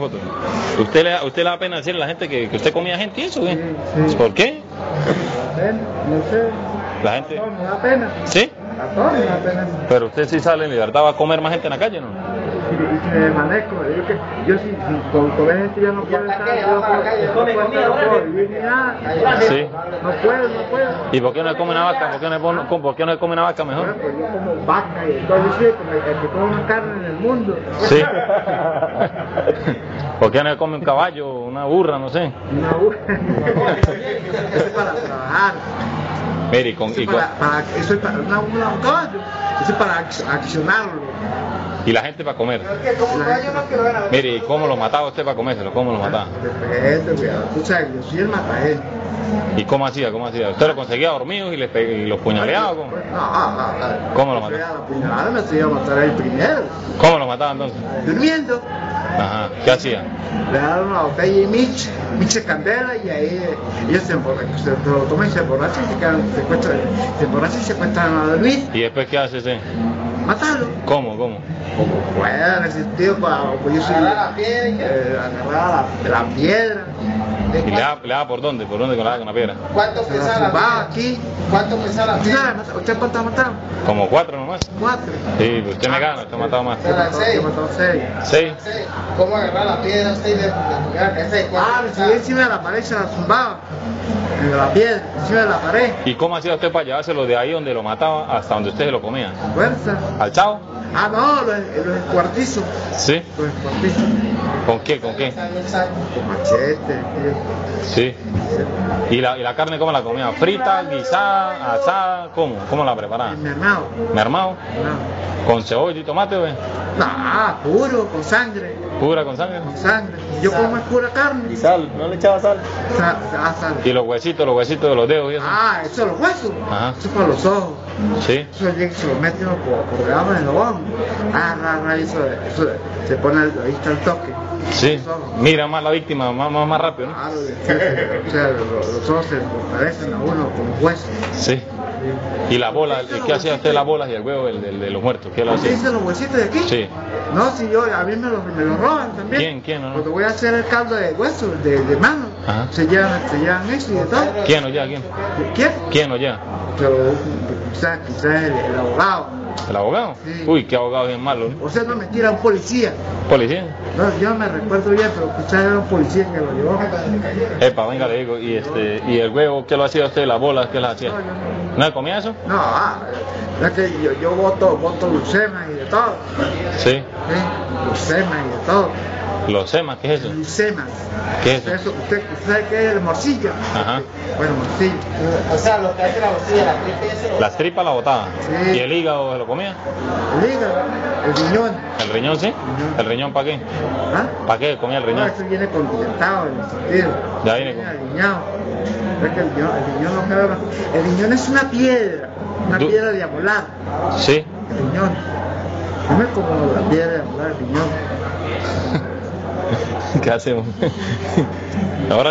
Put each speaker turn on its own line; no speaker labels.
Foto. ¿Usted le, ¿Usted le da pena decirle a la gente que, que usted comía gente y eso? güey?
Sí, sí.
¿Por qué?
No sé.
La gente...
No, me da pena.
¿Sí?
A todos me da pena.
Pero usted sí sale en libertad, va a comer más gente en la calle, ¿no?
Eh, manejo, yo que yo si, si con, con esa gente ya no puedo estar, yo no puedo, yo no puedo estar, no puedo vivir ni nada.
Sí.
No puedo, no puedo.
¿Y por qué no le come una vaca? ¿Por qué no, le pon- com- por qué no le come una vaca
Bueno,
mejor?
pues yo como vaca y entonces sí, como el que come más carne en el mundo.
Sí. ¿Por qué no le come un caballo, una burra, no sé?
Una u- Eso es para trabajar.
Mire, y con,
Eso
y,
es
con-
para, para, eso es para una, una, un caballo. Eso es para ac- accionarlo.
y la gente para comer.
La gente-
Mire, ¿y cómo lo mataba usted para comérselo? ¿Cómo lo
Ah.
mataba?
Depende, Pues, cuidado. Tú sabes, yo soy el matagente.
¿Y cómo hacía? ¿Cómo hacía? ¿Usted lo conseguía dormidos y, les pe- y los puñaleaba? o ¿Cómo,
No, no, no, no.
¿Cómo lo
Yo
mató?
soy a la ah. puñalada me estoy a matar ahí primero.
¿Cómo lo mataba entonces?
Durmiendo.
Ajá, ¿qué hacía?
Le daban una botella y miche, miche candela y ahí eh, ellos se, emborra- se lo toman y se emborrachan y se quedan, se cuestan, se emborrachan y se cuestan a dormir.
¿Y después qué hace usted?
Matarlo.
¿Cómo, cómo?
Como pueda, en ese sentido, para, pues yo soy eh, agarraba la, la piedra,
¿Y le daba, le daba por dónde? ¿Por dónde con la, con la piedra?
¿Cuánto
se la
pesa
zumbaba
la
aquí.
¿Cuánto pesa la
¿Usted la mató? ¿Usted cuántas mataron?
¿Como cuatro nomás?
Cuatro.
Sí, pues usted me gana, usted ha matado más.
Yo mató- yo mató seis.
¿Seis?
¿Cómo agarrar la piedra usted y le pegar? Ese
Ah,
cuánto
si encima de la pared se la zumbaba. De la piedra, encima de la pared.
¿Y cómo hacía usted para llevárselo de ahí donde lo mataba hasta donde usted se lo comía?
Fuerza.
¿Al chavo?
Ah, no, los, los escuartizos.
¿Sí?
Los escuartizos.
¿Con qué? ¿Con qué?
Con machete, tío.
Sí. ¿Y la, y la carne cómo la comía? ¿Frita, guisada, asada? ¿Cómo? ¿Cómo la preparaba?
Envenenado.
¿Mermado?
No.
¿Con cebolla y tomate, güey?
Ah, puro, con sangre.
¿Pura con sangre?
Con sangre. Yo como es pura carne.
sal, no le echaba sal.
Sa- ah, sal.
¿Y los huesitos, los huesitos de los dedos y eso?
Ah, eso es los huesos.
Ajá.
Eso es para los ojos.
Sí.
Eso es que se lo meten por, por debajo del ojón. Ah, ra, ra, eso, eso se pone al- ahí está el toque.
Sí.
Los ojos.
Mira más la víctima, más, más, más rápido, ¿no?
Ah, lo de- o sea, lo- los ojos se fortalecen a uno con huesos.
Sí. ¿Y las bolas? ¿Y qué hacía usted las bolas y el huevo del- del- de los muertos? ¿Qué lo
¿Usted
hacía?
dice los huesitos de aquí?
Sí.
No, si yo, a mí me los, me los roban también.
¿Quién? ¿Quién? No, no.
Cuando voy a hacer el caldo de huesos, de, de mano,
Ajá.
se llevan, se llevan eso y de todo.
¿Quién o ya? ¿Quién?
¿Quién?
¿Quién o ya?
Pero quizás, quizás el, el abogado.
¿El abogado?
Sí.
Uy, qué abogado bien malo, ¿no?
O sea, no mentira, un policía.
¿Policía?
No, yo no me recuerdo bien, pero quizás era un policía que lo llevó.
Epa, venga, le digo, y este, y el huevo, ¿qué lo hacía usted? ¿Las bolas, qué las hacía?
No, yo no.
¿No comía eso?
No, ah, es que yo, yo voto, voto lucema y de todo.
Sí.
¿sí? Lucema y de todo.
¿Los semas, qué es eso?
Lucemas.
¿Qué es eso?
Eso, usted sabe qué es el morcilla.
Ajá.
Bueno, morcilla.
O sea, lo que hace la bolsilla, la tripa ese.
Las tripas la botaba.
Sí.
¿Y el hígado se lo comía?
El hígado, el riñón.
¿El riñón, sí?
Riñón.
¿El riñón para qué?
¿Ah?
¿Para qué comía el
No,
riñón?
esto viene condimentado en el sentido.
Ya viene con-
aliñado. Es que el riñón, el riñón no cabe más. El riñón es una piedra, una
Du-
piedra diagonal.
Sí.
El riñón. No me como la piedra diagonal, el riñón.
¿Qué hacemos? Ahora